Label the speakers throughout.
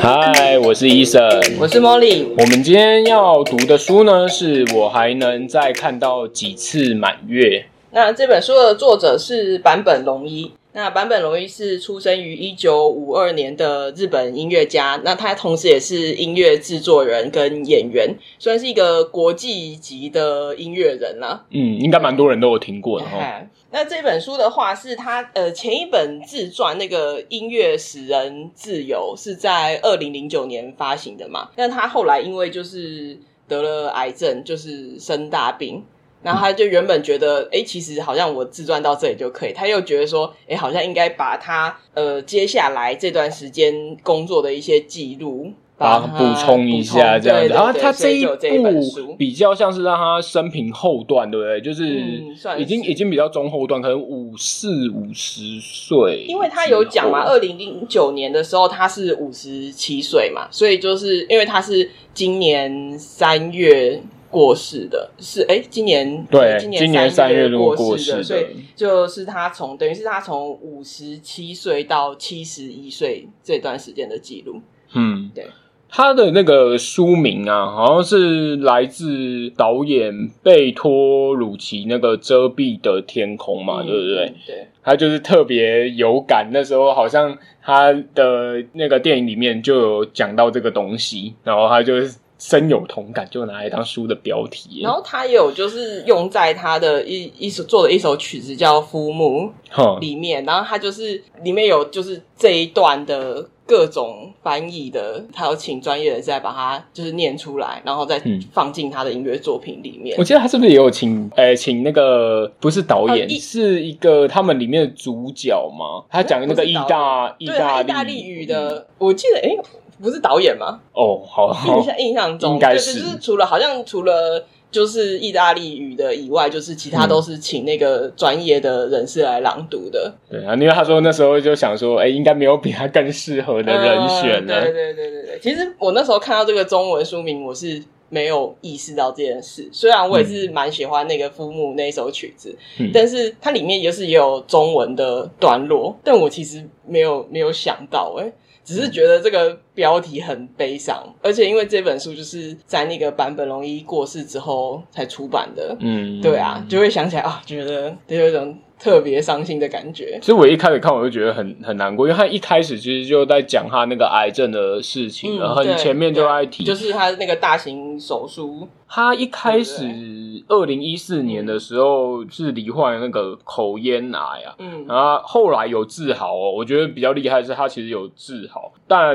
Speaker 1: 嗨，我是医生。
Speaker 2: 我是 Molly，
Speaker 1: 我们今天要读的书呢，是我还能再看到几次满月。
Speaker 2: 那这本书的作者是坂本龙一。那坂本龙一是出生于一九五二年的日本音乐家，那他同时也是音乐制作人跟演员，算是一个国际级的音乐人啊啦、
Speaker 1: 嗯，应该蛮多人都有听过的哈。
Speaker 2: 哎 那这本书的话，是他呃前一本自传那个《音乐使人自由》是在二零零九年发行的嘛？但他后来因为就是得了癌症，就是生大病。然后他就原本觉得，哎、其实好像我自传到这里就可以。他又觉得说，哎，好像应该把他呃接下来这段时间工作的一些记录，
Speaker 1: 把它
Speaker 2: 它
Speaker 1: 补充一下
Speaker 2: 补充
Speaker 1: 这样
Speaker 2: 对
Speaker 1: 子，
Speaker 2: 对
Speaker 1: 然后
Speaker 2: 对
Speaker 1: 他
Speaker 2: 所
Speaker 1: 这
Speaker 2: 以
Speaker 1: 一
Speaker 2: 就有这一本书
Speaker 1: 部比较像是让他生平后段，对不对？就是
Speaker 2: 嗯算
Speaker 1: 已经
Speaker 2: 是
Speaker 1: 已经比较中后段，可能五四五十岁之后，
Speaker 2: 因为他有讲
Speaker 1: 哦
Speaker 2: 嘛，二零零九年的时候他是五十七岁嘛，所以就是因为他是今年三月过世的，是哎，今年
Speaker 1: 对，
Speaker 2: 今
Speaker 1: 今年
Speaker 2: 三
Speaker 1: 三月
Speaker 2: 月
Speaker 1: 如果过
Speaker 2: 世
Speaker 1: 世
Speaker 2: 的，所以就是他从等于是他从五十七岁到七十一岁这段时间的记录。
Speaker 1: 嗯，
Speaker 2: 对。
Speaker 1: 他的那个书名啊，好像是来自导演贝托鲁奇那个《遮蔽的天空》嘛，
Speaker 2: 嗯
Speaker 1: 对不对
Speaker 2: 嗯？对，
Speaker 1: 他就是特别有感，那时候好像他的那个电影里面就有讲到这个东西，然后他就深有同感，就拿来当书的标题。
Speaker 2: 然后他也有就是用在他的一一首做的一首曲子叫《夫木》，
Speaker 1: 哈，
Speaker 2: 里面，然后它就是里面有就是这一段的各种翻译的，还有请专业人士来把它就是念出来，然后再
Speaker 1: 嗯
Speaker 2: 放进他的音乐作品里面
Speaker 1: 我。记得他是不是也有请，呃，请那个不是导演，
Speaker 2: 哦意
Speaker 1: 是一个他们里面的主角嘛？他讲的那个意大意
Speaker 2: 对，
Speaker 1: 大
Speaker 2: 它意
Speaker 1: 利嗯
Speaker 2: 大利语的，我记得诶，不是导演吗？
Speaker 1: 哦，好
Speaker 2: 印
Speaker 1: 好
Speaker 2: 象印象中，
Speaker 1: 应该
Speaker 2: 对
Speaker 1: 是
Speaker 2: 就是除了好像除了。就是意大利语的以外，就是其他
Speaker 1: 嗯
Speaker 2: 都是请那个专业的人士来朗读的。
Speaker 1: 对啊，因为他说那时候就想说，哎，应该没有比他更适合的人选了。
Speaker 2: 呃对对对对对，其实我那时候看到这个中文书名，我是没有意识到这件事。虽然我也是蛮喜欢那个夫木那一首曲子，
Speaker 1: 嗯
Speaker 2: 但是它里面也是也有中文的段落，但我其实没有没有想到、欸，只是觉得这个标题很悲伤，而且因为这本书就是在那个坂本龙一过世之后才出版的，
Speaker 1: 嗯，
Speaker 2: 对啊，就会想起来啊，觉得有一种特别伤心的感觉。
Speaker 1: 其实我一开始看我就觉得很很难过，因为他一开始其实就在讲他那个癌症的事情，然后
Speaker 2: 嗯对
Speaker 1: 前面就在提，
Speaker 2: 对就是他那个大型手术，
Speaker 1: 他一开
Speaker 2: 对
Speaker 1: 始二零一四年的时候是罹患那个口咽癌啊，
Speaker 2: 嗯，
Speaker 1: 然后后来有治好哦，我觉得比较厉害的是他其实有治好，但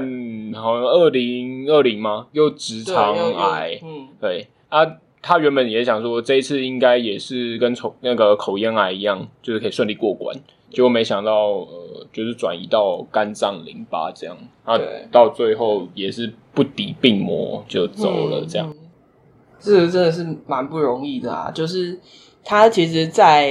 Speaker 1: 好像二零二零吗？又直
Speaker 2: 对
Speaker 1: 肠
Speaker 2: 又又
Speaker 1: 癌，
Speaker 2: 嗯，
Speaker 1: 对啊。他原本也想说，这一次应该也是跟口那个口咽癌一样，就是可以顺利过关。结果没想到，呃，就是转移到肝脏淋巴这样啊
Speaker 2: 对，
Speaker 1: 到最后也是不敌病魔就走了这样。
Speaker 2: 嗯。嗯这个真的是蛮不容易的啊，就是他其实在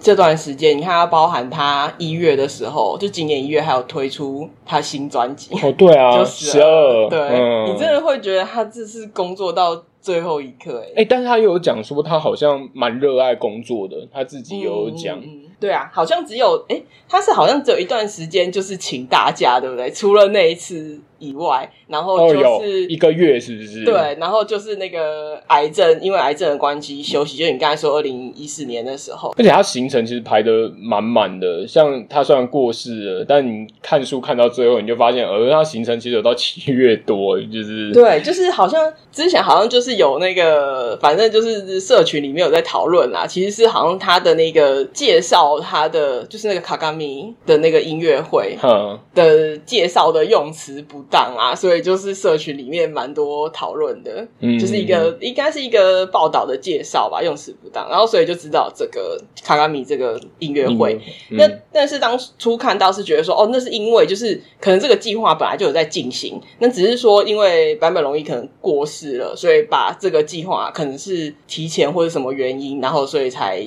Speaker 2: 这段时间，你看他包含他一月的时候，就今年一月还有推出他新专辑，
Speaker 1: 哦，对啊，
Speaker 2: 嗯 就
Speaker 1: 十
Speaker 2: 12
Speaker 1: 二，
Speaker 2: 对、
Speaker 1: 嗯、
Speaker 2: 你真的会觉得他这是工作到最后一刻、欸，
Speaker 1: 哎、但是他有讲说他好像蛮热爱工作的，他自己有讲，
Speaker 2: 嗯嗯嗯对啊，好像只有哎、他是好像只有一段时间就是请大假，对不对？除了那一次以外，然后
Speaker 1: 哦，
Speaker 2: 就
Speaker 1: 有
Speaker 2: 是、
Speaker 1: 一个月是不是？
Speaker 2: 对，然后就是那个癌症，因为癌症的关系休息，就你刚才说二零一四年的时候，
Speaker 1: 而且他行程其实排的满满的，像他虽然过世了，但你看书看到最后，你就发现，呃，他行程其实有到七月多，就是
Speaker 2: 对，就是好像之前好像就是有那个，反正就是社群里面有在讨论啦，其实是好像他的那个介绍他的就是那个卡卡米的那个音乐会，
Speaker 1: 哼，
Speaker 2: 的介绍的用词不当啊，所以就是社群里面蛮多讨论的，
Speaker 1: 嗯，
Speaker 2: 就是一个应该是一个报道的介绍吧，用词不当，然后所以就知道这个卡卡米这个音乐
Speaker 1: 嗯
Speaker 2: 会。，
Speaker 1: 嗯
Speaker 2: 那但是当初看到是觉得说，哦，那是因为就是可能这个计划本来就有在进行，那只是说因为坂本龙一可能过世了，所以把这个计划可能是提前或者什么原因，然后所以才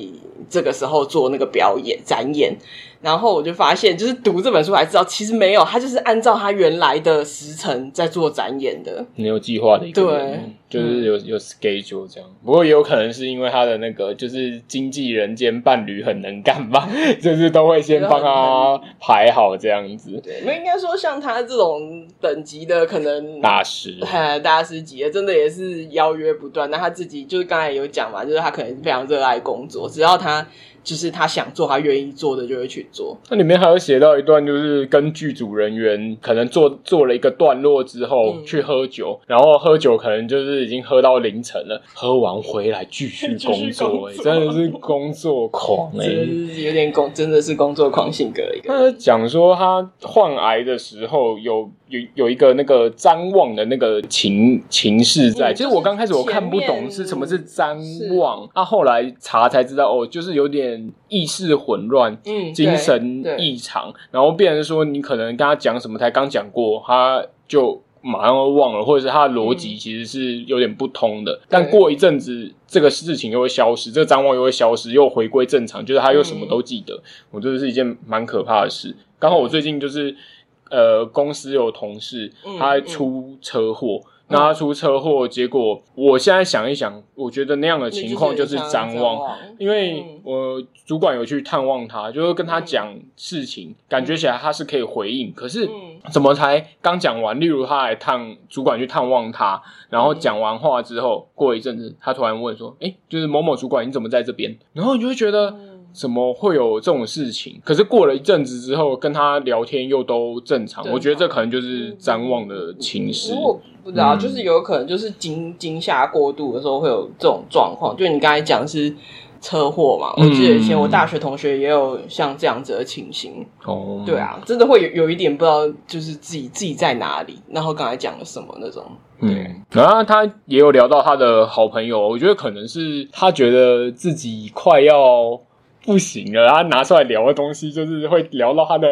Speaker 2: 这个时候做那个表演展演。然后我就发现，就是读这本书才知道，其实没有，他就是按照他原来的时辰在做展演的。
Speaker 1: 很有计划的一个人，
Speaker 2: 嗯
Speaker 1: 就是有有 schedule 这样。不过也有可能是因为他的那个就是经纪人兼伴侣很能干吧， 就是都会先帮他排好这样子。
Speaker 2: 对，那应该说像他这种等级的，可能
Speaker 1: 大师，
Speaker 2: 呃 大师级的，真的也是邀约不断。那他自己就是刚才有讲嘛，就是他可能非常热爱工作，只要他就是他想做，他愿意做的就会去做。
Speaker 1: 那里面还有写到一段，就是跟剧组人员可能做做了一个段落之后、
Speaker 2: 嗯
Speaker 1: 去喝酒，然后喝酒可能就是已经喝到凌晨了，喝完回来继续
Speaker 2: 继续
Speaker 1: 工作、
Speaker 2: 工
Speaker 1: 欸，
Speaker 2: 作
Speaker 1: 真的是工作狂哎、
Speaker 2: 真是有点工，真的是工作狂性格的一个人。
Speaker 1: 他讲说他患癌的时候有有有一个那个张望的那个情情势在，
Speaker 2: 嗯
Speaker 1: 其实我刚开始我
Speaker 2: 就是
Speaker 1: 看不
Speaker 2: 前
Speaker 1: 懂
Speaker 2: 面
Speaker 1: 是什么是张望，啊后来查才知道哦，就是有点意识混乱。
Speaker 2: 嗯，
Speaker 1: 精神
Speaker 2: 对对
Speaker 1: 异常，然后变成说你可能跟他讲什么才刚讲过，他就马上会忘了，或者是他的逻
Speaker 2: 嗯
Speaker 1: 辑其实是有点不通的。但过一阵子，这个事情又会消失，这个张望又会消失，又回归正常，就是他又什
Speaker 2: 嗯
Speaker 1: 么都记得。我觉得是一件蛮可怕的事。刚好我最近就是呃，公司有同事
Speaker 2: 嗯
Speaker 1: 他出车祸。那他出车祸，结果我现在想一想，我觉得那样的情况就是张望，因为
Speaker 2: 嗯
Speaker 1: 我主管有去探望他，就是跟他讲事情，感觉起来他是可以回应，可是
Speaker 2: 嗯
Speaker 1: 怎么才刚讲完？例如他来探主管去探望他，然
Speaker 2: 嗯
Speaker 1: 后讲完话之后，过一阵子他突然问说：“哎，就是某某主管，你怎么在这边？”然后你就会觉得。
Speaker 2: 嗯
Speaker 1: 怎么会有这种事情？可是过了一阵子之后，跟他聊天又都正常，
Speaker 2: 正常嗯
Speaker 1: 我觉得这可能就是张望的情势。
Speaker 2: 我不知道，
Speaker 1: 嗯
Speaker 2: 就是有可能就是惊惊吓过度的时候会有这种状况。就你刚才讲是车祸嘛，我
Speaker 1: 嗯
Speaker 2: 记得以前我大学同学也有像这样子的情形。
Speaker 1: 哦，
Speaker 2: 对，啊，真的会有有一点不知道，就是自己自己在哪里，然后刚才讲了什么那种。
Speaker 1: 嗯，然后他也有聊到他的好朋友，我觉得可能是他觉得自己快要不行了，他拿出来聊的东西就是会聊到他的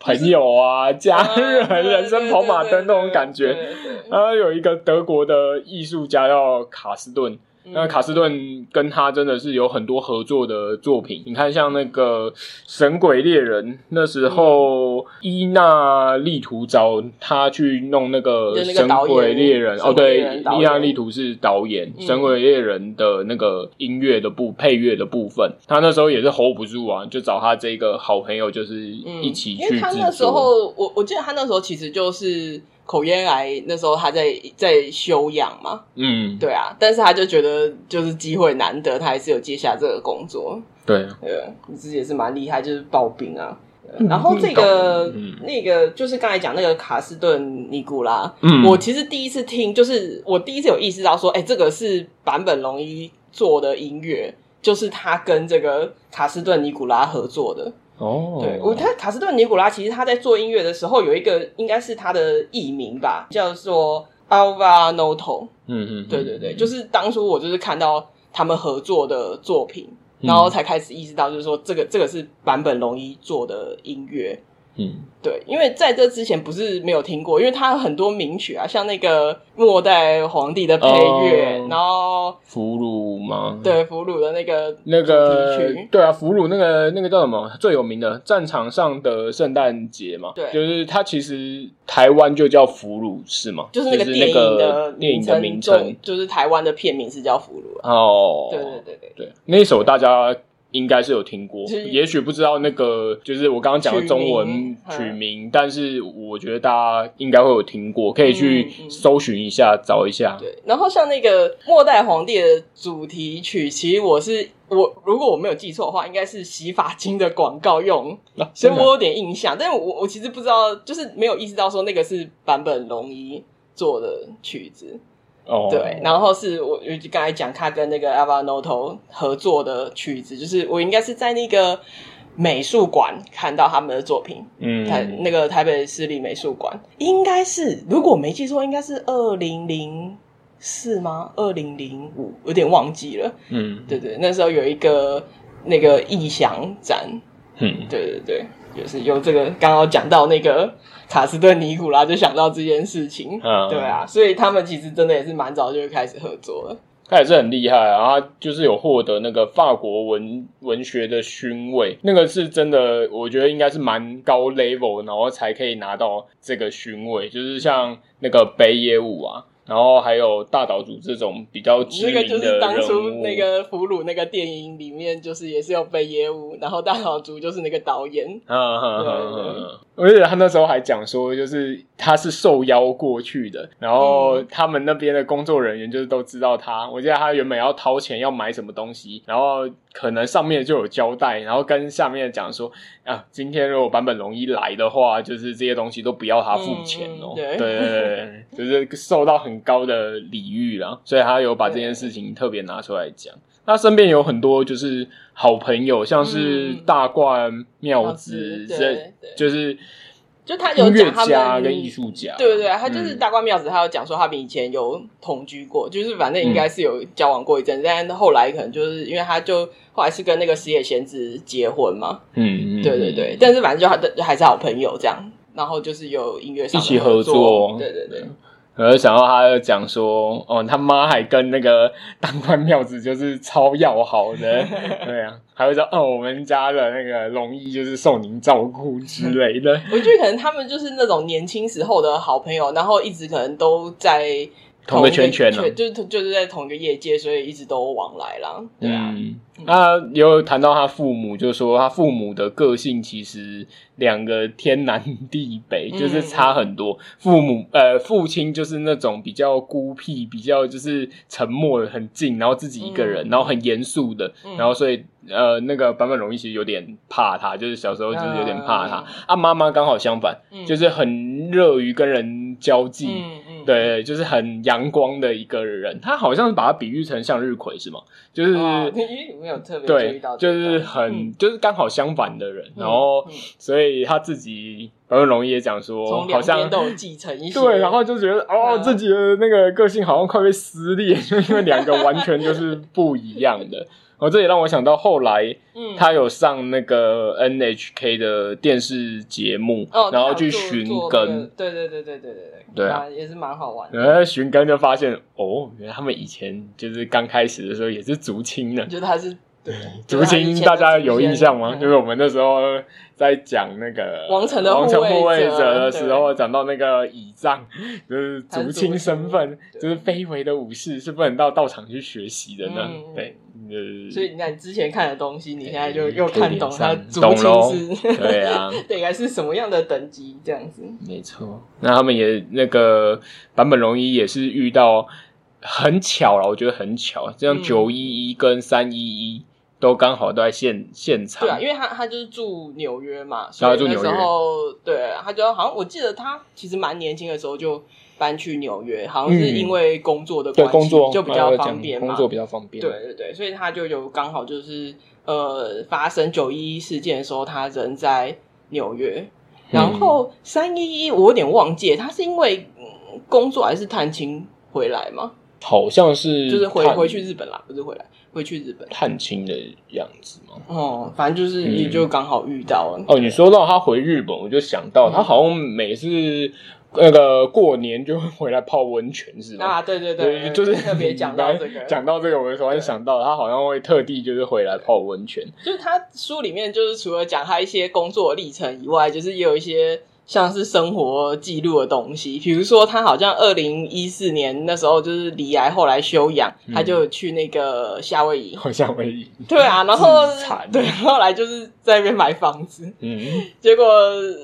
Speaker 1: 朋友啊、家人、
Speaker 2: 嗯
Speaker 1: 人生跑马灯那种感。觉。
Speaker 2: 对
Speaker 1: 嗯
Speaker 2: 对对对对对
Speaker 1: 然后有一个德国的艺术家叫卡斯顿，
Speaker 2: 嗯
Speaker 1: 那卡斯顿跟他真的是有很多合作的作品，你看像那个《神鬼猎人》，那时候伊纳利图找他去弄那个
Speaker 2: 就
Speaker 1: 《
Speaker 2: 是那
Speaker 1: 神
Speaker 2: 个导演
Speaker 1: 鬼猎人》，哦，
Speaker 2: 神鬼猎
Speaker 1: 对，
Speaker 2: 人导演
Speaker 1: 伊纳利图是导演
Speaker 2: 嗯
Speaker 1: 《神鬼猎人》的那个音乐的部配乐的部分，他那时候也是 hold 不住啊，就找他这个好朋友，就是
Speaker 2: 嗯
Speaker 1: 一起去
Speaker 2: 因为
Speaker 1: 制
Speaker 2: 他那时
Speaker 1: 作。
Speaker 2: 候，我我记得他那时候其实就是口咽癌，那时候他在在休养嘛，
Speaker 1: 嗯，
Speaker 2: 对啊，但是他就觉得就是机会难得，他还是有接下这个工作，
Speaker 1: 对，
Speaker 2: 对，自己也是蛮厉害，就是刨冰啊。
Speaker 1: 嗯
Speaker 2: 然后这个、
Speaker 1: 嗯
Speaker 2: 那个就是刚才讲那个卡斯顿尼古拉，
Speaker 1: 嗯，
Speaker 2: 我其实第一次听，就是我第一次有意识到说，哎、这个是坂本龙一做的音乐，就是他跟这个卡斯顿尼古拉合作的。
Speaker 1: 哦，
Speaker 2: 对我，他卡斯顿尼古拉其实他在做音乐的时候有一个应该是他的艺名吧，叫做 Alva Noto。
Speaker 1: 嗯嗯，
Speaker 2: 对对对，
Speaker 1: 嗯
Speaker 2: 就是当初我就是看到他们合作的作品，
Speaker 1: 嗯
Speaker 2: 然后才开始意识到，就是说这个这个是坂本龙一做的音乐。
Speaker 1: 嗯，
Speaker 2: 对，因为在这之前不是没有听过，因为它有很多名曲啊，像那个末代皇帝的配乐，
Speaker 1: 哦
Speaker 2: 然后
Speaker 1: 俘虏吗？
Speaker 2: 对俘虏的那个
Speaker 1: 那
Speaker 2: 主题
Speaker 1: 个
Speaker 2: 曲，
Speaker 1: 对啊，俘虏那个那个叫什么最有名的战场上的圣诞节嘛，
Speaker 2: 对
Speaker 1: 就是它其实台湾就叫俘虏是吗？
Speaker 2: 就是
Speaker 1: 那
Speaker 2: 那个电影的
Speaker 1: 电影的名
Speaker 2: 称
Speaker 1: 称，
Speaker 2: 就就是台湾的片名是叫俘虏啊。
Speaker 1: 哦，
Speaker 2: 对对对对，
Speaker 1: 对，那一首大家应该是有听过，
Speaker 2: 是
Speaker 1: 也许不知道那个就是我刚刚讲的中
Speaker 2: 曲
Speaker 1: 文
Speaker 2: 名
Speaker 1: 曲
Speaker 2: 嗯
Speaker 1: 名，但是我觉得大家应该会有听过，可以去
Speaker 2: 嗯嗯
Speaker 1: 搜寻一下，找一下。
Speaker 2: 对，然后像那个末代皇帝的主题曲，其实我是我如果我没有记错的话，应该是洗发精的广告用，
Speaker 1: 啊
Speaker 2: 所以
Speaker 1: 真的
Speaker 2: 我有点印象，但是我我其实不知道，就是没有意识到说那个是坂本龙一做的曲子。
Speaker 1: 哦，
Speaker 2: 对，然后是我我就刚才讲他跟那个 a v a n o t o 合作的曲子，就是我应该是在那个美术馆看到他们的作品，台、
Speaker 1: 嗯，
Speaker 2: 那个台北市立美术馆，应该是如果我没记错，应该是二零零四吗？二零零五，有点忘记了。
Speaker 1: 嗯，
Speaker 2: 对对，那时候有一个那个意象展，
Speaker 1: 嗯，
Speaker 2: 对对对，就是有这个刚刚讲到那个卡斯顿尼古拉，就想到这件事情。
Speaker 1: 嗯
Speaker 2: 啊对啊，所以他们其实真的也是蛮早就开始合作了。
Speaker 1: 他也是很厉害啊，他就是有获得那个法国文文学的勋位，那个是真的，我觉得应该是蛮高 level，然后才可以拿到这个勋位，就是像那个北野武啊。然后还有大岛组这种比较知
Speaker 2: 那
Speaker 1: 名的人
Speaker 2: 个
Speaker 1: 物，
Speaker 2: 就是当初那个俘虏那个电影里面，就是也是有北野武，然后大岛竹就是那个导演，
Speaker 1: 嗯哼哼
Speaker 2: 对对
Speaker 1: 哼，而且他那时候还讲说，就是他是受邀过去的，然后他们那边的工作人员就是都知道他。我记得他原本要掏钱要买什么东西，然后可能上面就有交代，然后跟下面讲说啊，今天如果坂本龙一来的话，就是这些东西都不要他付钱哦。
Speaker 2: 嗯嗯对
Speaker 1: 对对对，对就是受到很高的礼遇啦，所以他有把这件事情特别拿出来讲。他身边有很多就是好朋友，像是
Speaker 2: 嗯
Speaker 1: 大冠妙子
Speaker 2: 是
Speaker 1: 这
Speaker 2: 对对，
Speaker 1: 就是
Speaker 2: 就他有
Speaker 1: 音乐
Speaker 2: 讲他
Speaker 1: 家
Speaker 2: 们嗯
Speaker 1: 跟艺术家，
Speaker 2: 对对，他就是
Speaker 1: 嗯
Speaker 2: 大关妙子，他有讲说他们以前有同居过，就是反正应该是有交往过一阵子，但后来可能就是因为他就后来是跟那个石野贤子结婚嘛，
Speaker 1: 嗯，嗯
Speaker 2: 对对对，，但是反正就他的还是好朋友这样，然后就是有音乐上的
Speaker 1: 一起
Speaker 2: 合
Speaker 1: 合作
Speaker 2: 对对对，
Speaker 1: 我就想到他讲说，哦，他妈还跟那个当官妙子就是超要好 的，对啊，还会说哦，我们家的那个龙一就是受您照顾之类的，
Speaker 2: 我觉得可能他们就是那种年轻时候的好朋友，然后一直可能都在
Speaker 1: 同个圈圈啊
Speaker 2: 同一个就是就是在同一个业界，所以一直都往来啦。对啊，
Speaker 1: 嗯，那也有谈到他父母，就说他父母的个性其实两个天南地北，
Speaker 2: 嗯
Speaker 1: 就是差很多。父母呃，父亲就是那种比较孤僻、比较就是沉默、很静，然后自己一个人，
Speaker 2: 嗯
Speaker 1: 然后很严肃的，
Speaker 2: 嗯
Speaker 1: 然后所以呃，那个坂本龙一其实有点怕他，就是小时候就是有点怕他。
Speaker 2: 嗯
Speaker 1: 啊，妈妈刚好相反，
Speaker 2: 嗯
Speaker 1: 就是很热于跟人交际。
Speaker 2: 嗯嗯，
Speaker 1: 对，就是很阳光的一个人，他好像是把他比喻成向日葵是吗？就是、
Speaker 2: 哦，因为没有特别注意
Speaker 1: 对
Speaker 2: 到，这
Speaker 1: 就
Speaker 2: 一段，
Speaker 1: 是很、
Speaker 2: 嗯
Speaker 1: 就是刚好相反的人，
Speaker 2: 嗯
Speaker 1: 然后、
Speaker 2: 嗯
Speaker 1: 所以他自己白文龙也讲说，
Speaker 2: 从
Speaker 1: 好
Speaker 2: 两
Speaker 1: 像
Speaker 2: 边都有继承一 些，
Speaker 1: 对，然后就觉得哦、
Speaker 2: 嗯
Speaker 1: 自己的那个个性好像快被撕裂， 就因为两个完全就是不一样 的。哦，这也让我想到后来
Speaker 2: 嗯，
Speaker 1: 他有上那个 NHK 的电视节目，
Speaker 2: 哦，
Speaker 1: 然后
Speaker 2: 他有
Speaker 1: 去
Speaker 2: 做
Speaker 1: 寻
Speaker 2: 做那个
Speaker 1: 根。
Speaker 2: 对对对对对对对，
Speaker 1: 对啊，
Speaker 2: 也是蛮好玩的。
Speaker 1: 然后寻根就发现，哦，原来他们以前就是刚开始的时候也是族亲的
Speaker 2: 你，觉得他是对
Speaker 1: 竹青大家有印象吗？就是
Speaker 2: 是
Speaker 1: 我们那时候在讲那个
Speaker 2: 嗯王城的
Speaker 1: 王城
Speaker 2: 护
Speaker 1: 护
Speaker 2: 卫
Speaker 1: 卫
Speaker 2: 者
Speaker 1: 者的时候，讲到那个倚仗，就是竹青身份
Speaker 2: 他是，竹青
Speaker 1: 就是非为的武士是不能到道场去学习的呢
Speaker 2: 嗯。
Speaker 1: 对，呃
Speaker 2: 所以你看，你之前看的东西，你现在就
Speaker 1: 嗯
Speaker 2: 又看懂他
Speaker 1: 有点
Speaker 2: 竹
Speaker 1: 像懂
Speaker 2: 青是，
Speaker 1: 对啊，
Speaker 2: 对，应该是什么样的等级这样子？
Speaker 1: 没错。那他们也那个坂本龙一也是遇到很巧了，我觉得很巧，这
Speaker 2: 嗯
Speaker 1: 样九一一跟三一一都刚好都在现现场。
Speaker 2: 对啊，因为他他就是住纽约嘛，所
Speaker 1: 他
Speaker 2: 以
Speaker 1: 住
Speaker 2: 那
Speaker 1: 纽
Speaker 2: 时
Speaker 1: 约
Speaker 2: 候对，他就好像我记得他其实蛮年轻的时候就搬去纽约，好像是因为工作
Speaker 1: 嗯
Speaker 2: 的
Speaker 1: 对
Speaker 2: 关系，
Speaker 1: 工作
Speaker 2: 就比
Speaker 1: 刚
Speaker 2: 较
Speaker 1: 刚有讲
Speaker 2: 方便嘛，
Speaker 1: 工作比较方便。
Speaker 2: 对对对，所以他就有刚好就是呃发生九一一事件的时候，他人在纽约，
Speaker 1: 嗯
Speaker 2: 然后三一一我有点忘记了，他是因为、嗯工作还是探亲回来吗？
Speaker 1: 好像是
Speaker 2: 就是回
Speaker 1: 探
Speaker 2: 回去日本啦，不是回来，回去日本。
Speaker 1: 探亲的样子吗？
Speaker 2: 哦，反正就是
Speaker 1: 嗯
Speaker 2: 也就刚好遇到了。
Speaker 1: 哦，你说到他回日本，我就想到
Speaker 2: 嗯
Speaker 1: 他好像每次那个过年就会回来泡温泉，是吗？
Speaker 2: 啊，对对对，
Speaker 1: 就是
Speaker 2: 特别讲到这个，
Speaker 1: 讲到这个，我就突然想到，他好像会特地就是回来泡温泉。
Speaker 2: 就是他书里面就是除了讲他一些工作历程以外，就是也有一些像是生活记录的东西，比如说他好像二零一四年那时候就是离癌后来休养，
Speaker 1: 嗯
Speaker 2: 他就去那个夏威夷，
Speaker 1: 好像会，
Speaker 2: 对啊，然后
Speaker 1: 自残
Speaker 2: 对，后来就是在那边买房子，
Speaker 1: 嗯，
Speaker 2: 结果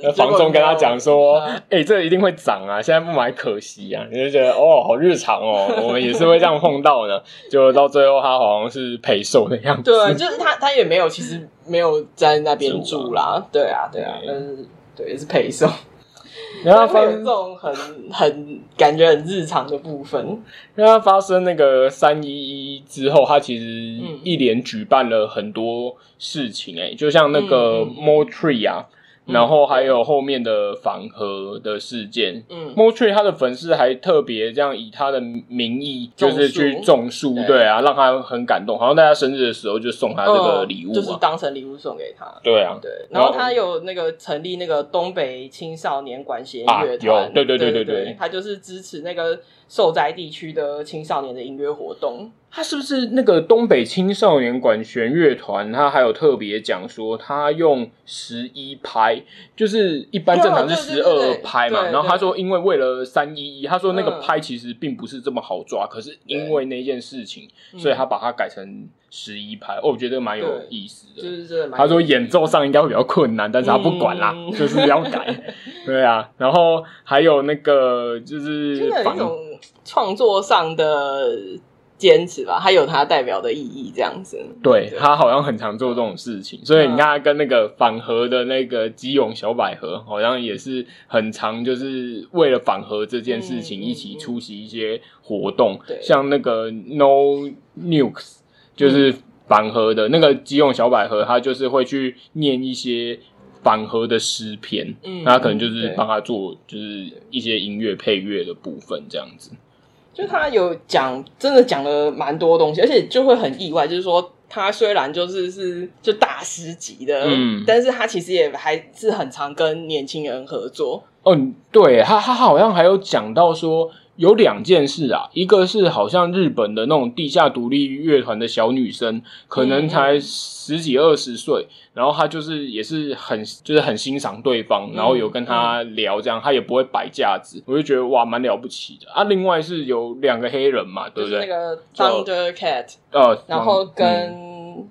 Speaker 1: 那房东跟他讲说
Speaker 2: 嗯：“
Speaker 1: 哎、这一定会涨啊，现在不买可惜啊。”你就觉得哦，好日常哦，我们也是会这样碰到的。就到最后，他好像是赔售的样子。
Speaker 2: 对，就是他他也没有其实没有在那边住
Speaker 1: 住
Speaker 2: 啦，对啊对啊，
Speaker 1: 对
Speaker 2: 但是对也是陪送，
Speaker 1: 然后
Speaker 2: 会
Speaker 1: 发
Speaker 2: 有这种很很感觉很日常的部分，
Speaker 1: 因为他发生那个三一一之后，他其实
Speaker 2: 嗯
Speaker 1: 一连举办了很多事情、欸，哎、就像那个
Speaker 2: 嗯嗯嗯
Speaker 1: Mo Tree 啊，
Speaker 2: 嗯
Speaker 1: 然后还有后面的反核的事件。
Speaker 2: 嗯。
Speaker 1: Mo Tree 他的粉丝还特别这样以他的名义，
Speaker 2: 种
Speaker 1: 就
Speaker 2: 树
Speaker 1: 是去种树，
Speaker 2: 对
Speaker 1: 对啊，让他很感动，好像在他生日的时候就送他这个礼物
Speaker 2: 嗯
Speaker 1: 啊，
Speaker 2: 就是当成礼物送给他。
Speaker 1: 对啊，
Speaker 2: 对，然
Speaker 1: 然后
Speaker 2: 后他有那个成立那个东北青少年管弦
Speaker 1: 啊
Speaker 2: 乐团，
Speaker 1: 有对对
Speaker 2: 对
Speaker 1: 对
Speaker 2: 对
Speaker 1: 对对
Speaker 2: 他就是支持那个受灾地区的青少年的音乐活动。
Speaker 1: 他是不是那个东北青少年管弦乐团？他还有特别讲说，他用十一拍，就是一般正常是十
Speaker 2: 对啊对对
Speaker 1: 二
Speaker 2: 对
Speaker 1: 拍嘛。
Speaker 2: 对对
Speaker 1: 然后他说，因为为了三一一，他说那个
Speaker 2: 嗯
Speaker 1: 拍其实并不是这么好抓，可是因为那件事情，
Speaker 2: 嗯
Speaker 1: 所以他把它改成十一拍。哦，我觉得蛮有
Speaker 2: 对
Speaker 1: 意思的。
Speaker 2: 就是真的蛮
Speaker 1: 他说演奏上应该会比较困难，但是他不管啦，
Speaker 2: 嗯
Speaker 1: 就是要 改。对啊，然后还有那个就是
Speaker 2: 真的有
Speaker 1: 反
Speaker 2: 一种创作上的坚持吧，它有它代表的意义，这样子。
Speaker 1: 对
Speaker 2: 对
Speaker 1: 他好像很常做这种事情，所以
Speaker 2: 嗯
Speaker 1: 你看他跟那个反核的那个基勇小百合，好像也是很常就是为了反核这件事情
Speaker 2: 嗯嗯
Speaker 1: 一起出席一些活动，
Speaker 2: 对
Speaker 1: 像那个 No Nukes 就是
Speaker 2: 嗯
Speaker 1: 反核的、那个基勇小百合，他就是会去念一些反核的诗篇，
Speaker 2: 嗯
Speaker 1: 那他可能就是
Speaker 2: 对
Speaker 1: 帮他做就是一些音乐配乐的部分这样子。
Speaker 2: 就他有讲，真的讲了蛮多东西，而且就会很意外，就是说他虽然就是是就大师级的，
Speaker 1: 嗯
Speaker 2: 但是他其实也还是很常跟年轻人合作，
Speaker 1: 哦，嗯对他，他好像还有讲到说有两件事啊，一个是好像日本的那种地下独立乐团的小女生，可能才十几二十岁，然后她就是也是很就是很欣赏对方，
Speaker 2: 嗯
Speaker 1: 然后有跟他聊这样，她也不会摆架子，我就觉得哇蛮了不起的啊。另外是有两个黑人嘛，对
Speaker 2: 就
Speaker 1: 不
Speaker 2: 是
Speaker 1: 对？
Speaker 2: 那个
Speaker 1: 就
Speaker 2: Thundercat，
Speaker 1: 呃，
Speaker 2: 然后
Speaker 1: 嗯
Speaker 2: 跟、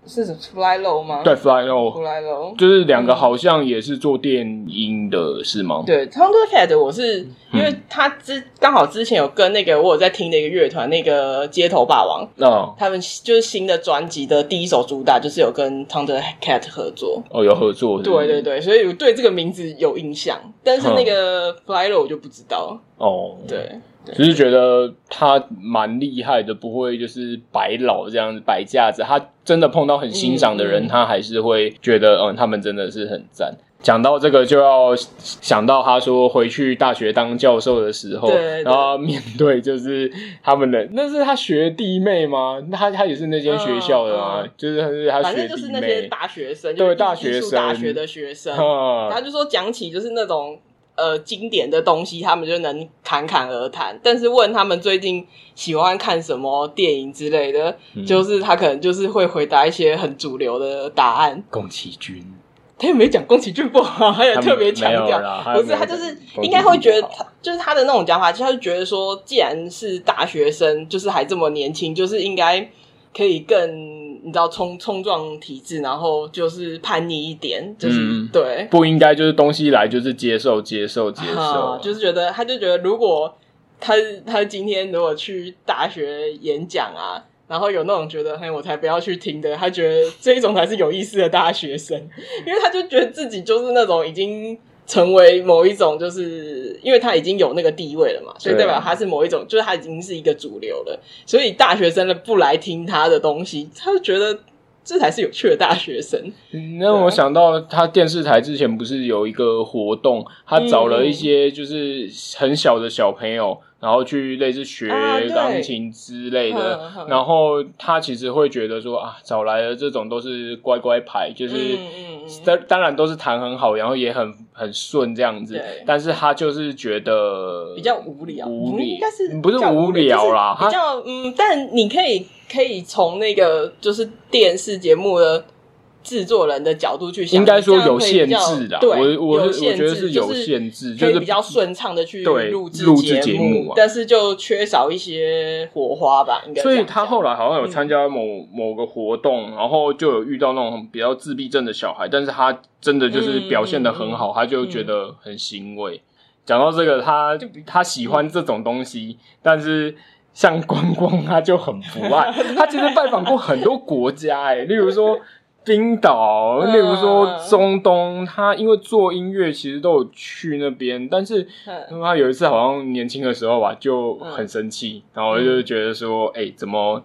Speaker 2: 是 Fly Low 吗？
Speaker 1: 对 Fly 哦 No，
Speaker 2: ，Fly Low，
Speaker 1: 就是两个好像也是做电音的是吗？
Speaker 2: 对 Thundercat，我是
Speaker 1: 嗯
Speaker 2: 因为他之刚好之前有跟那个我有在听的一个乐团，那个街头霸王，
Speaker 1: 哦
Speaker 2: 他们就是新的专辑的第一首主打就是有跟 Thundercat 合作。
Speaker 1: 哦，有合作是不
Speaker 2: 对
Speaker 1: 是
Speaker 2: 对对，所以我对这个名字有印象，但是那
Speaker 1: 嗯
Speaker 2: 个 Flylo 我就不知道。
Speaker 1: 哦，。
Speaker 2: 对，
Speaker 1: 只是觉得他蛮厉害的，不会就是摆老这样子摆架子。他真的碰到很欣赏的人，
Speaker 2: 嗯嗯
Speaker 1: 他还是会觉得，嗯，他们真的是很赞。讲到这个，就要想到他说回去大学当教授的时候，
Speaker 2: 对对
Speaker 1: 然后面对就是他们的，那是他学弟妹吗？那他他也是那间学校的吗？
Speaker 2: 嗯嗯
Speaker 1: 就是他是他
Speaker 2: 反
Speaker 1: 学
Speaker 2: 正就是
Speaker 1: 弟
Speaker 2: 那些
Speaker 1: 妹，
Speaker 2: 大学生，
Speaker 1: 对
Speaker 2: 就是
Speaker 1: 大学
Speaker 2: 艺术
Speaker 1: 生
Speaker 2: 大学的学生，
Speaker 1: 啊
Speaker 2: 他就说讲起就是那种呃经典的东西，他们就能侃侃而谈。但是问他们最近喜欢看什么电影之类的，
Speaker 1: 嗯
Speaker 2: 就是他可能就是会回答一些很主流的答案。
Speaker 1: 宫崎骏，
Speaker 2: 他也没讲宫崎骏不好，他也特别强
Speaker 1: 没有
Speaker 2: 调，
Speaker 1: 啦
Speaker 2: 不是
Speaker 1: 没有
Speaker 2: 他就是
Speaker 1: 讲
Speaker 2: 应该会觉得
Speaker 1: 宫崎骏不好
Speaker 2: 他就是他的那种讲法，他就觉得说，既然是大学生，就是还这么年轻，就是应该可以更你知道冲冲撞体制，然后就是叛逆一点，就是、
Speaker 1: 嗯
Speaker 2: 对。
Speaker 1: 不应该就是东西来就是接受接受接受，
Speaker 2: 啊，就是觉得，他就觉得，如果他他今天如果去大学演讲啊，然后有那种觉得，嘿，我才不要去听的，他觉得这一种才是有意思的大学 生，因为他就觉得自己就是那种已经成为某一种，就是因为他已经有那个地位了嘛，所以
Speaker 1: 对啊
Speaker 2: 代表他是某一种，就是他已经是一个主流了，所以大学生的不来听他的东西，他就觉得这才是有趣的大学生。
Speaker 1: 嗯
Speaker 2: 啊
Speaker 1: 那我想到他电视台之前不是有一个活动，他找了一
Speaker 2: 嗯
Speaker 1: 些就是很小的小朋友，然后去类似学
Speaker 2: 啊对
Speaker 1: 钢琴之类的
Speaker 2: 哼。哼
Speaker 1: 然后他其实会觉得说啊，找来的这种都是乖乖牌，就是
Speaker 2: 嗯嗯嗯
Speaker 1: 当当然都是弹很好，然后也很很顺这样子
Speaker 2: 对。
Speaker 1: 但是他就是觉得
Speaker 2: 比较无聊，
Speaker 1: 无
Speaker 2: 嗯
Speaker 1: 聊
Speaker 2: 应该是
Speaker 1: 不是
Speaker 2: 比较
Speaker 1: 无聊啦
Speaker 2: 就是比较嗯，但你可以可以从那个就是电视节目的制作人的角度去想，
Speaker 1: 应该说有
Speaker 2: 这样
Speaker 1: 限
Speaker 2: 会比较
Speaker 1: 制啦。
Speaker 2: 对，
Speaker 1: 我我
Speaker 2: 有
Speaker 1: 是我
Speaker 2: 限
Speaker 1: 觉得
Speaker 2: 制
Speaker 1: 是有限制，
Speaker 2: 就
Speaker 1: 就是
Speaker 2: 可
Speaker 1: 是
Speaker 2: 以比较顺畅的去
Speaker 1: 对
Speaker 2: 录制
Speaker 1: 录制节
Speaker 2: 节
Speaker 1: 目啊
Speaker 2: 但是就缺少一些火花吧，应该这
Speaker 1: 所
Speaker 2: 样
Speaker 1: 以
Speaker 2: 讲。嗯
Speaker 1: 他后来好像有参加某、某个活动，然后就有遇到那种比较自闭症的小孩，但是他真的就是
Speaker 2: 嗯
Speaker 1: 表现的很好，他就觉得很欣慰。讲到这个，他他喜欢这种东西，但是像光光他就很不爱。他其实拜访过很多国家、哎，例如说。冰岛，
Speaker 2: 嗯
Speaker 1: 例如说中东，他因为做音乐其实都有去那边，但是
Speaker 2: 嗯
Speaker 1: 他有一次好像年轻的时候吧，就很生气，
Speaker 2: 嗯
Speaker 1: 然后就是觉得说，哎、怎么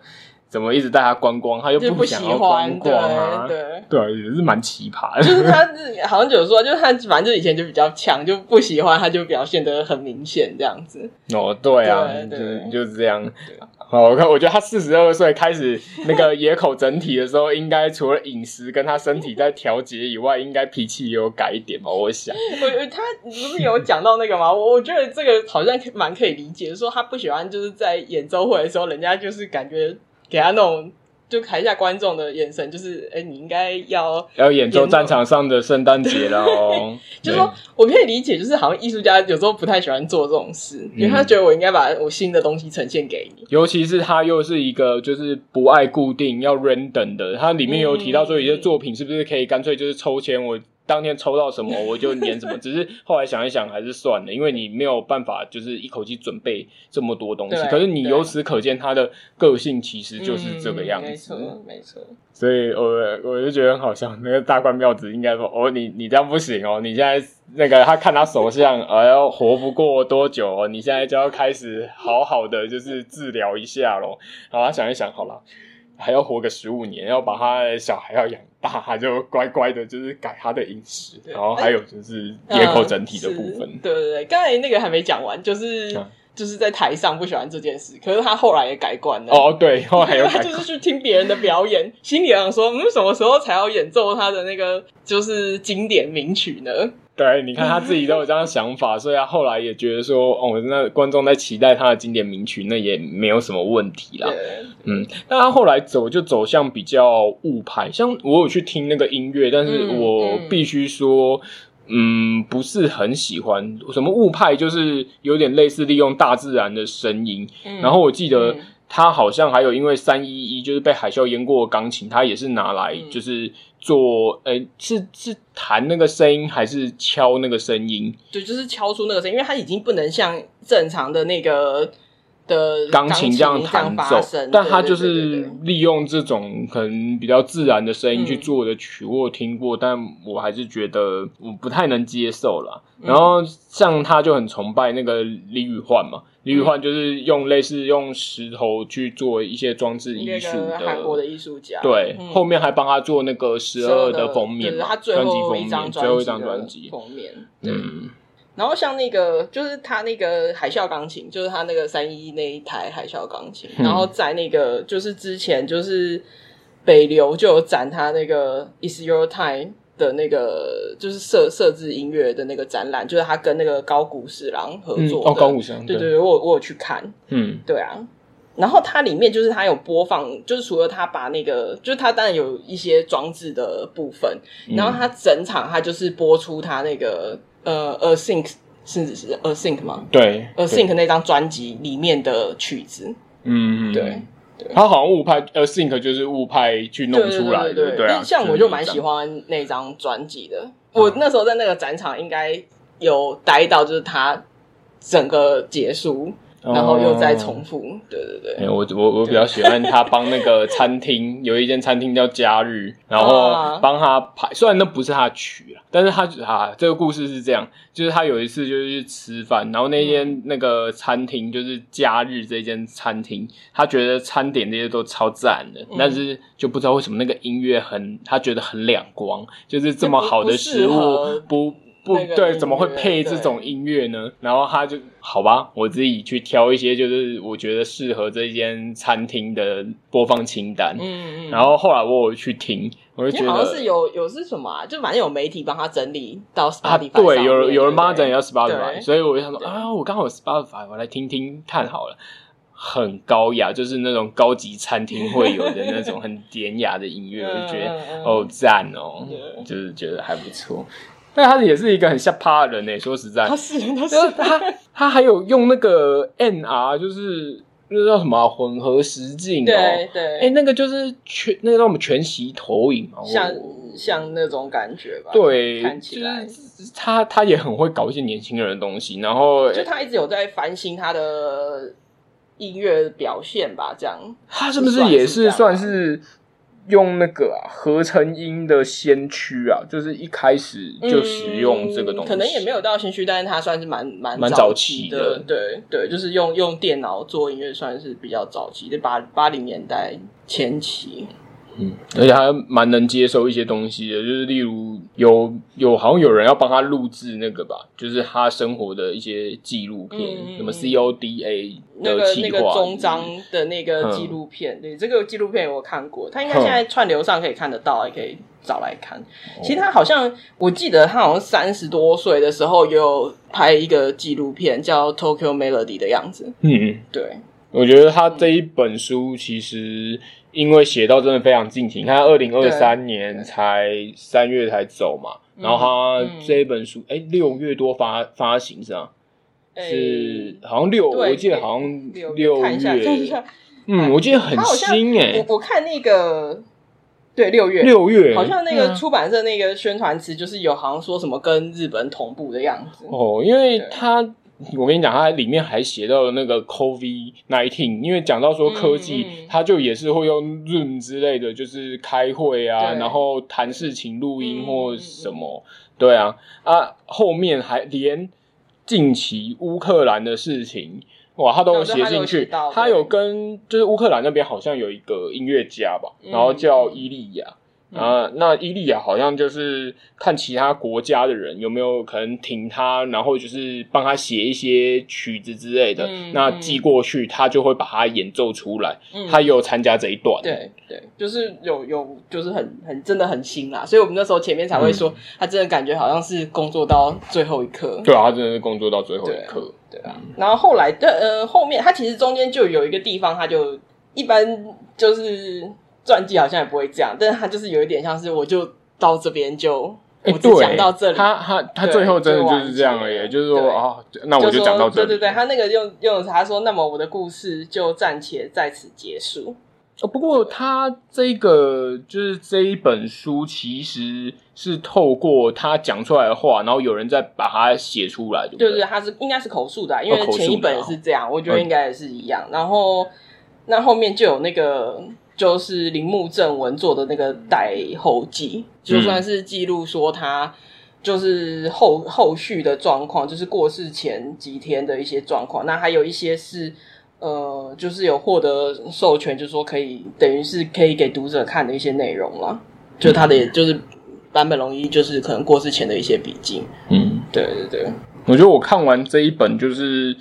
Speaker 1: 怎么一直带他观光，他又
Speaker 2: 就不喜
Speaker 1: 想要观
Speaker 2: 欢，
Speaker 1: 光啊？
Speaker 2: 对对。
Speaker 1: 对，也是蛮奇葩 的。
Speaker 2: 就是他自己好像就是说，就是他反正就以前就比较强，就不喜欢他就表现得很明显这样子。
Speaker 1: 哦，对啊，就
Speaker 2: 对对
Speaker 1: 是就是这样。好，我看，我觉得他四十二岁开始那个野口整体的时候，应该除了饮食跟他身体在调节以外，应该脾气也有改一点吧，我想。
Speaker 2: 我觉得他你不是有讲到那个吗？我我觉得这个好像可以蛮可以理解，说他不喜欢就是在演奏会的时候，人家就是感觉给他那种就砍一下观众的眼神，就是哎、你应该要，。
Speaker 1: 要演奏战场上的圣诞节了哦
Speaker 2: 就是说我可以理解，就是好像艺术家有时候不太喜欢做这种事，因为
Speaker 1: 嗯
Speaker 2: 他觉得我应该把我新的东西呈现给你。
Speaker 1: 尤其是它又是一个就是不爱固定要 random 的，它里面有提到说有些作品是不是可以干脆就是抽签，我当天抽到什 么我就粘什么。只是后来想一想还是算了，因为你没有办法就是一口气准备这么多东西。
Speaker 2: 对
Speaker 1: 可是你
Speaker 2: 对
Speaker 1: 由此可见，他的个性其实就是这个样
Speaker 2: 嗯没
Speaker 1: 子。
Speaker 2: 错，没错。
Speaker 1: 所以我我就觉得很好笑。那个大官庙子应该说：“哦，你你这样不行哦，你现在那个他看他手相，哎呦，活不过多久哦，你现在就要开始好好的就是治疗一下咯。然后他想一想，好了，还要活个十五年，要把他的小孩要养大，他就乖乖的，就是改他的饮食，
Speaker 2: 对哎
Speaker 1: 然后还有就是野口整体的部分。
Speaker 2: 嗯是对对对，刚才那个还没讲完，就是、
Speaker 1: 嗯
Speaker 2: 就是在台上不喜欢这件事，可是他后来也改观了。
Speaker 1: 哦，对，后来还有
Speaker 2: 他
Speaker 1: 改
Speaker 2: 就是去听别人的表演，心里想说，嗯，什么时候才要演奏他的那个就是经典名曲呢？
Speaker 1: 对， 你看他自己都有这样的想法，所以他后来也觉得说，哦，那观众在期待他的经典名曲，那也没有什么问题啦。
Speaker 2: 对，
Speaker 1: 嗯，但他后来走就走向比较物派，像我有去听那个音乐，但是
Speaker 2: 嗯
Speaker 1: 我
Speaker 2: 嗯
Speaker 1: 必须说。嗯，不是很喜欢什么物派，就是有点类似利用大自然的声音。
Speaker 2: 嗯
Speaker 1: 然后我记得
Speaker 2: 嗯
Speaker 1: 他好像还有因为三一一就是被海啸淹过的钢琴，他也是拿来
Speaker 2: 嗯
Speaker 1: 就是做，呃、是是弹那个声音还是敲那个声音？
Speaker 2: 对，就是敲出那个声音，因为他已经不能像正常的那个的
Speaker 1: 钢琴这样弹
Speaker 2: 弹
Speaker 1: 奏
Speaker 2: 发声，，
Speaker 1: 但他
Speaker 2: 对
Speaker 1: 就
Speaker 2: 对对对
Speaker 1: 是
Speaker 2: 对
Speaker 1: 利用这种可能比较自然的声音
Speaker 2: 嗯
Speaker 1: 去做的曲，我有听过，但我还是觉得我不太能接受啦。
Speaker 2: 嗯
Speaker 1: 然后像他就很崇拜那个李宇焕嘛，李
Speaker 2: 嗯
Speaker 1: 宇焕就是用类似用石头去做一些装置艺
Speaker 2: 那
Speaker 1: 术
Speaker 2: 个韩国的艺术家，
Speaker 1: 对，
Speaker 2: 嗯
Speaker 1: 后面还帮他做那个十二
Speaker 2: 12的
Speaker 1: 封面
Speaker 2: 对
Speaker 1: 嘛，
Speaker 2: 他最
Speaker 1: 专辑
Speaker 2: 后
Speaker 1: 封
Speaker 2: 一张
Speaker 1: 面，最后一张
Speaker 2: 专辑的
Speaker 1: 专辑，
Speaker 2: 封面，对。
Speaker 1: 嗯，
Speaker 2: 然后像那个，就是他那个海啸钢琴，就是他那个三一那一台海啸钢琴，
Speaker 1: 嗯
Speaker 2: 然后在那个就是之前就是北流就有展他那个 Is Your Time 的那个就是设设置音乐的那个展览，就是他跟那个高谷史郎合
Speaker 1: 嗯，
Speaker 2: 作的。
Speaker 1: 哦，高武生，
Speaker 2: 对对，对，我有我有去看，
Speaker 1: 嗯
Speaker 2: 对啊。然后它里面就是它有播放，就是除了它把那个，就是它当然有一些装置的部分，
Speaker 1: 嗯
Speaker 2: 然后它整场它就是播出它那个呃 A Sync 是是 A Sync 吗
Speaker 1: 对，
Speaker 2: ？A
Speaker 1: 对
Speaker 2: 呃 Sync 那张专辑里面的曲子，
Speaker 1: 嗯，嗯
Speaker 2: 对。
Speaker 1: 他好像误拍，呃，sync 就是误拍去弄出来的，
Speaker 2: 对对对对
Speaker 1: 啊。
Speaker 2: 像我就蛮喜
Speaker 1: 欢，
Speaker 2: 欢那张专辑的，我那时候在那个展场应该有待到，就是它整个结束，然后又
Speaker 1: 哦
Speaker 2: 再重复，对对对。
Speaker 1: 哎、我我我比较喜欢他帮那个餐厅，有一间餐厅叫嘉日，然后
Speaker 2: 啊
Speaker 1: 帮他拍，虽然那不是他的曲啊，但是他啊，这个故事是这样，就是他有一次就是去吃饭，然后那
Speaker 2: 嗯
Speaker 1: 间那个餐厅就是嘉日这间餐厅，他觉得餐点这些都超赞的，
Speaker 2: 嗯
Speaker 1: 但是就不知道为什么那个音乐很，他觉得很两光，就是这么
Speaker 2: 就不
Speaker 1: 好的
Speaker 2: 不
Speaker 1: 食
Speaker 2: 适合
Speaker 1: 物不。不
Speaker 2: 那个
Speaker 1: 对，
Speaker 2: 音
Speaker 1: 怎么会
Speaker 2: 乐
Speaker 1: 配这
Speaker 2: 对
Speaker 1: 种音乐呢？然后他就好吧，我自己去挑一些，就是我觉得适合这间餐厅的播放清单。
Speaker 2: 嗯嗯，
Speaker 1: 然后后来我有去听，我就
Speaker 2: 因
Speaker 1: 觉
Speaker 2: 为好像是
Speaker 1: 得
Speaker 2: 有有是什么、啊，就反正有媒体帮他整理到 Spotify
Speaker 1: 啊，
Speaker 2: 上面
Speaker 1: 对，有人有人帮他整理
Speaker 2: 对
Speaker 1: 到 Spotify，
Speaker 2: 对
Speaker 1: 所以我就想说
Speaker 2: 对
Speaker 1: 啊，我刚好有 Spotify，我来听听看好了。很高雅，就是那种高级餐厅会有的那种很典雅的音 乐，我就觉得
Speaker 2: 嗯嗯嗯
Speaker 1: 哦赞哦，
Speaker 2: 对
Speaker 1: 就是觉得还不错。但他也是一个很吓趴的人呢、说实在，
Speaker 2: 他是他
Speaker 1: 就是
Speaker 2: 是
Speaker 1: 他他还有用那个 NR，就是那叫什么啊、混合实境哦。
Speaker 2: 对
Speaker 1: 哎，
Speaker 2: 对，
Speaker 1: 那个就是全那个叫什么全息投影嘛。我
Speaker 2: 像像那种感觉吧，
Speaker 1: 对，
Speaker 2: 看起来
Speaker 1: 就是他他也很会搞一些年轻人的东西，然后
Speaker 2: 就他一直有在翻新他的音乐表现吧，这样
Speaker 1: 他是不是也是算
Speaker 2: 算是啊
Speaker 1: 是用那个啊合成音的先驱啊？就是一开始就使用这个东西，
Speaker 2: 嗯可能也没有到兴趣，但是他算是蛮蛮
Speaker 1: 蛮
Speaker 2: 早
Speaker 1: 早期的
Speaker 2: 的，对对，就是用用电脑做音乐算是比较早期的八八零年代前期，
Speaker 1: 嗯，而且他蛮能接受一些东西的，就是例如有有好像有人要帮他录制那个吧，就是他生活的一些纪录片，
Speaker 2: 嗯嗯
Speaker 1: 什么
Speaker 2: 嗯
Speaker 1: CODA 的
Speaker 2: 那个
Speaker 1: 企
Speaker 2: 那
Speaker 1: 划，嗯
Speaker 2: 个终章的那个纪录片，对这个纪录片我看过，它应该现在串流上可以看得到，也可以找来看。
Speaker 1: 哦
Speaker 2: 其实他好像我记得他好像三十多岁的时候也有拍一个纪录片叫《Tokyo Melody》的样子，
Speaker 1: 嗯，嗯
Speaker 2: 对，
Speaker 1: 我觉得他这一本书其实因为写到真的非常尽情，他二零二三年才三月才走嘛，
Speaker 2: 嗯
Speaker 1: 然后他这一本书哎六月多发发行是吧？是好像六，
Speaker 2: 对
Speaker 1: 我记得好像
Speaker 2: 六
Speaker 1: 六
Speaker 2: 看一下看一下，
Speaker 1: 嗯，我记得很
Speaker 2: 他好像
Speaker 1: 新哎
Speaker 2: 我，我看那个对六月
Speaker 1: 六月
Speaker 2: 好像那
Speaker 1: 嗯
Speaker 2: 个出版社那个宣传词就是有好像说什么跟日本同步的样子。
Speaker 1: 哦，因为
Speaker 2: 对
Speaker 1: 他我跟你讲，他里面还写到了那个 COVID nineteen，因为讲到说科技，
Speaker 2: 嗯嗯
Speaker 1: 他就也是会用 Zoom 之类的，就是开会啊，
Speaker 2: 对
Speaker 1: 然后谈事情、录音
Speaker 2: 嗯
Speaker 1: 或什么。对啊，啊，后面还连近期乌克兰的事情。哇，他都有写
Speaker 2: 对他都
Speaker 1: 进
Speaker 2: 有
Speaker 1: 去
Speaker 2: 写到。
Speaker 1: 他
Speaker 2: 对
Speaker 1: 有跟就是乌克兰那边好像有一个音乐家吧，
Speaker 2: 嗯
Speaker 1: 然后叫伊利亚，
Speaker 2: 嗯
Speaker 1: 啊，那伊利亚好像就是看其他国家的人有没有可能挺他，然后就是帮他写一些曲子之类的，
Speaker 2: 嗯
Speaker 1: 那寄过去，他就会把它演奏出来。
Speaker 2: 嗯
Speaker 1: 他也有参加这一段，，
Speaker 2: 对对，就是有有，就是很很真的很新啦，所以我们那时候前面才会说，他真的感觉好像是工作到最后一刻。
Speaker 1: 嗯对啊，他真的是工作到最后一刻，嗯
Speaker 2: 对啊，然后后来的呃后面，他其实中间就有一个地方，他就一般就是传记好像也不会这样，但是他就是有一点像是我就到这边就。
Speaker 1: 哎
Speaker 2: 我只讲到这里，
Speaker 1: 他他他
Speaker 2: 对
Speaker 1: 最后真的
Speaker 2: 就
Speaker 1: 就
Speaker 2: 完
Speaker 1: 是这样而
Speaker 2: 结
Speaker 1: 已，
Speaker 2: 了
Speaker 1: 就是说
Speaker 2: 对
Speaker 1: 啊，那我就
Speaker 2: 说
Speaker 1: 讲到这里。
Speaker 2: 对对对，他那个用用他说，那么我的故事就暂且在此结束。
Speaker 1: 哦，不过他这个就是这一本书，其实是透过他讲出来的话，然后有人再把它写出来，对不
Speaker 2: 对
Speaker 1: 对？
Speaker 2: 对，对他是应该是口述的啊、因
Speaker 1: 哦嗯
Speaker 2: 为
Speaker 1: 口述的啊
Speaker 2: 前一本也是这样，我觉得应该也是一样。然后那后面就有那个就是铃木正文做的那个代后记，就
Speaker 1: 嗯
Speaker 2: 算是记录说他。就是后后续的状况，就是过世前几天的一些状况。那还有一些是，呃，就是有获得授权，就是说可以等于是可以给读者看的一些内容啦。就
Speaker 1: 嗯
Speaker 2: 他的就是坂本龙一，就是可能过世前的一些笔记。
Speaker 1: 嗯，
Speaker 2: 对对对，
Speaker 1: 我觉得我看完这一本就是，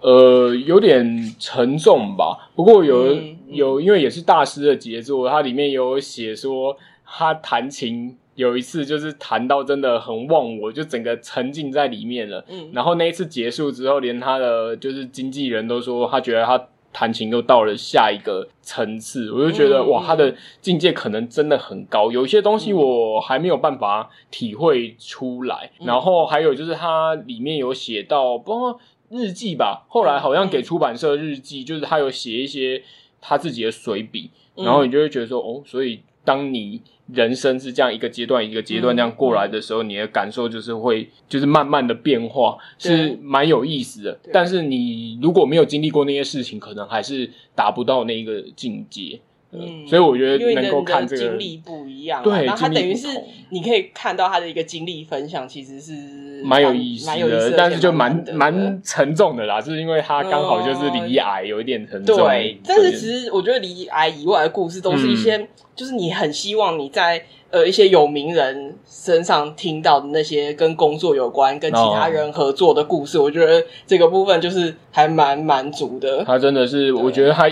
Speaker 1: 呃，有点沉重吧。不过有、
Speaker 2: 嗯嗯
Speaker 1: 有，因为也是大师的杰作，它里面有写说他弹琴有一次就是弹到真的很忘我，就整个沉浸在里面了。
Speaker 2: 嗯，
Speaker 1: 然后那一次结束之后，连他的就是经纪人都说，他觉得他弹琴又到了下一个层次。我就觉得、
Speaker 2: 嗯
Speaker 1: 哇，
Speaker 2: 嗯
Speaker 1: 他的境界可能真的很高，有一些东西
Speaker 2: 嗯
Speaker 1: 我还没有办法体会出来。
Speaker 2: 嗯
Speaker 1: 然后还有就是他里面有写到，包括日记吧，后来好像给
Speaker 2: 嗯
Speaker 1: 出版社日记，就是他有写一些他自己的随笔，然
Speaker 2: 嗯
Speaker 1: 后你就会觉得说，哦，所以当你人生是这样一个阶段一个阶段
Speaker 2: 嗯
Speaker 1: 这样过来的时候，你的感受就是会就是慢慢的变化，
Speaker 2: 对
Speaker 1: 是蛮有意思的
Speaker 2: 对。
Speaker 1: 但是你如果没有经历过那些事情，可能还是达不到那个境界。呃
Speaker 2: 嗯
Speaker 1: 所以我觉
Speaker 2: 因
Speaker 1: 得
Speaker 2: 为你的
Speaker 1: 能够看这
Speaker 2: 你的
Speaker 1: 个
Speaker 2: 经历不一样啊，
Speaker 1: 对
Speaker 2: 然后他
Speaker 1: 经历
Speaker 2: 等于
Speaker 1: 不
Speaker 2: 是
Speaker 1: 同
Speaker 2: 你可以看到他的一个经历分享，其实是
Speaker 1: 蛮有意思
Speaker 2: 蛮有意思的，
Speaker 1: 但是就蛮
Speaker 2: 而且难得的嗯
Speaker 1: 蛮沉重的啦，就是因为他刚好就是离癌有一点沉重。
Speaker 2: 对。但是其实我觉得离癌以外的故事，都是
Speaker 1: 嗯
Speaker 2: 一些、就是你很希望你在呃一些有名人身上听到的那些跟工作有关、跟其
Speaker 1: 哦
Speaker 2: 他人合作的故事，我觉得这个部分就是还蛮满足的。
Speaker 1: 他真的是，我觉得他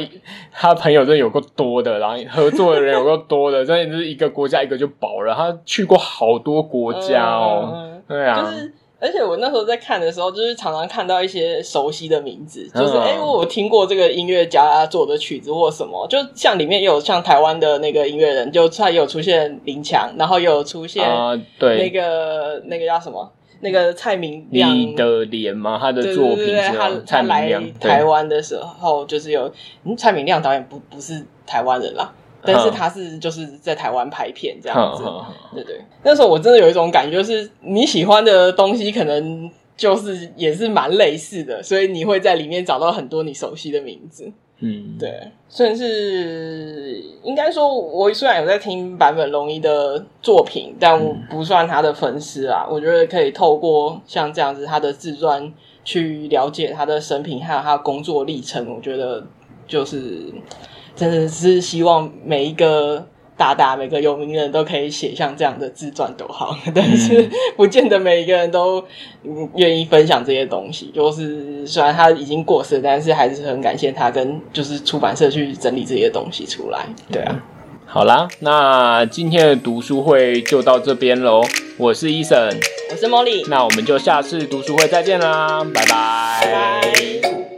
Speaker 1: 他朋友真的有够多的，然后合作的人有够多的，真的是一个国家一个就饱了。他去过好多国家哦，
Speaker 2: 嗯嗯嗯
Speaker 1: 对啊，
Speaker 2: 就是，而且我那时候在看的时候，就是常常看到一些熟悉的名字，就是
Speaker 1: 嗯
Speaker 2: 哎、诶我有听过这个音乐家做的曲子或什么，就像里面也有像台湾的那个音乐人，就他也有出现林强，然后也有出现
Speaker 1: 啊、
Speaker 2: 那
Speaker 1: 对，
Speaker 2: 个、那个叫什么，那个蔡明亮。
Speaker 1: 你的脸嘛，他的
Speaker 2: 对
Speaker 1: 作
Speaker 2: 对
Speaker 1: 品
Speaker 2: 对对，
Speaker 1: 是
Speaker 2: 他
Speaker 1: 吧蔡
Speaker 2: 他
Speaker 1: 明
Speaker 2: 来
Speaker 1: 亮，
Speaker 2: 台
Speaker 1: 对，
Speaker 2: 湾的时候，就是有、嗯、蔡明亮导演不不是台湾人啦，但是
Speaker 1: 嗯
Speaker 2: 他是就是在台湾拍片这样
Speaker 1: 哼
Speaker 2: 子。
Speaker 1: 哼哼
Speaker 2: 对对，那时候我真的有一种感觉，就是你喜欢的东西可能就是也是蛮类似的，所以你会在里面找到很多你熟悉的名字。
Speaker 1: 嗯，
Speaker 2: 对，甚至应该说，我虽然有在听坂本龙一的作品，但我不算他的粉丝啊。我觉得可以透过像这样子他的自传去了解他的生平，还有他的工作历程。我觉得就是真的是希望每一个。大大每个有名人都可以写像这样的自传都好，但是不见得每一个人都嗯愿意分享这些东西。就是虽然他已经过世，但是还是很感谢他跟就是出版社去整理这些东西出来。对啊，
Speaker 1: 好啦，那今天的读书会就到这边喽。我是医生，
Speaker 2: 我是茉莉，
Speaker 1: 那我们就下次读书会再见啦，拜
Speaker 2: 拜拜。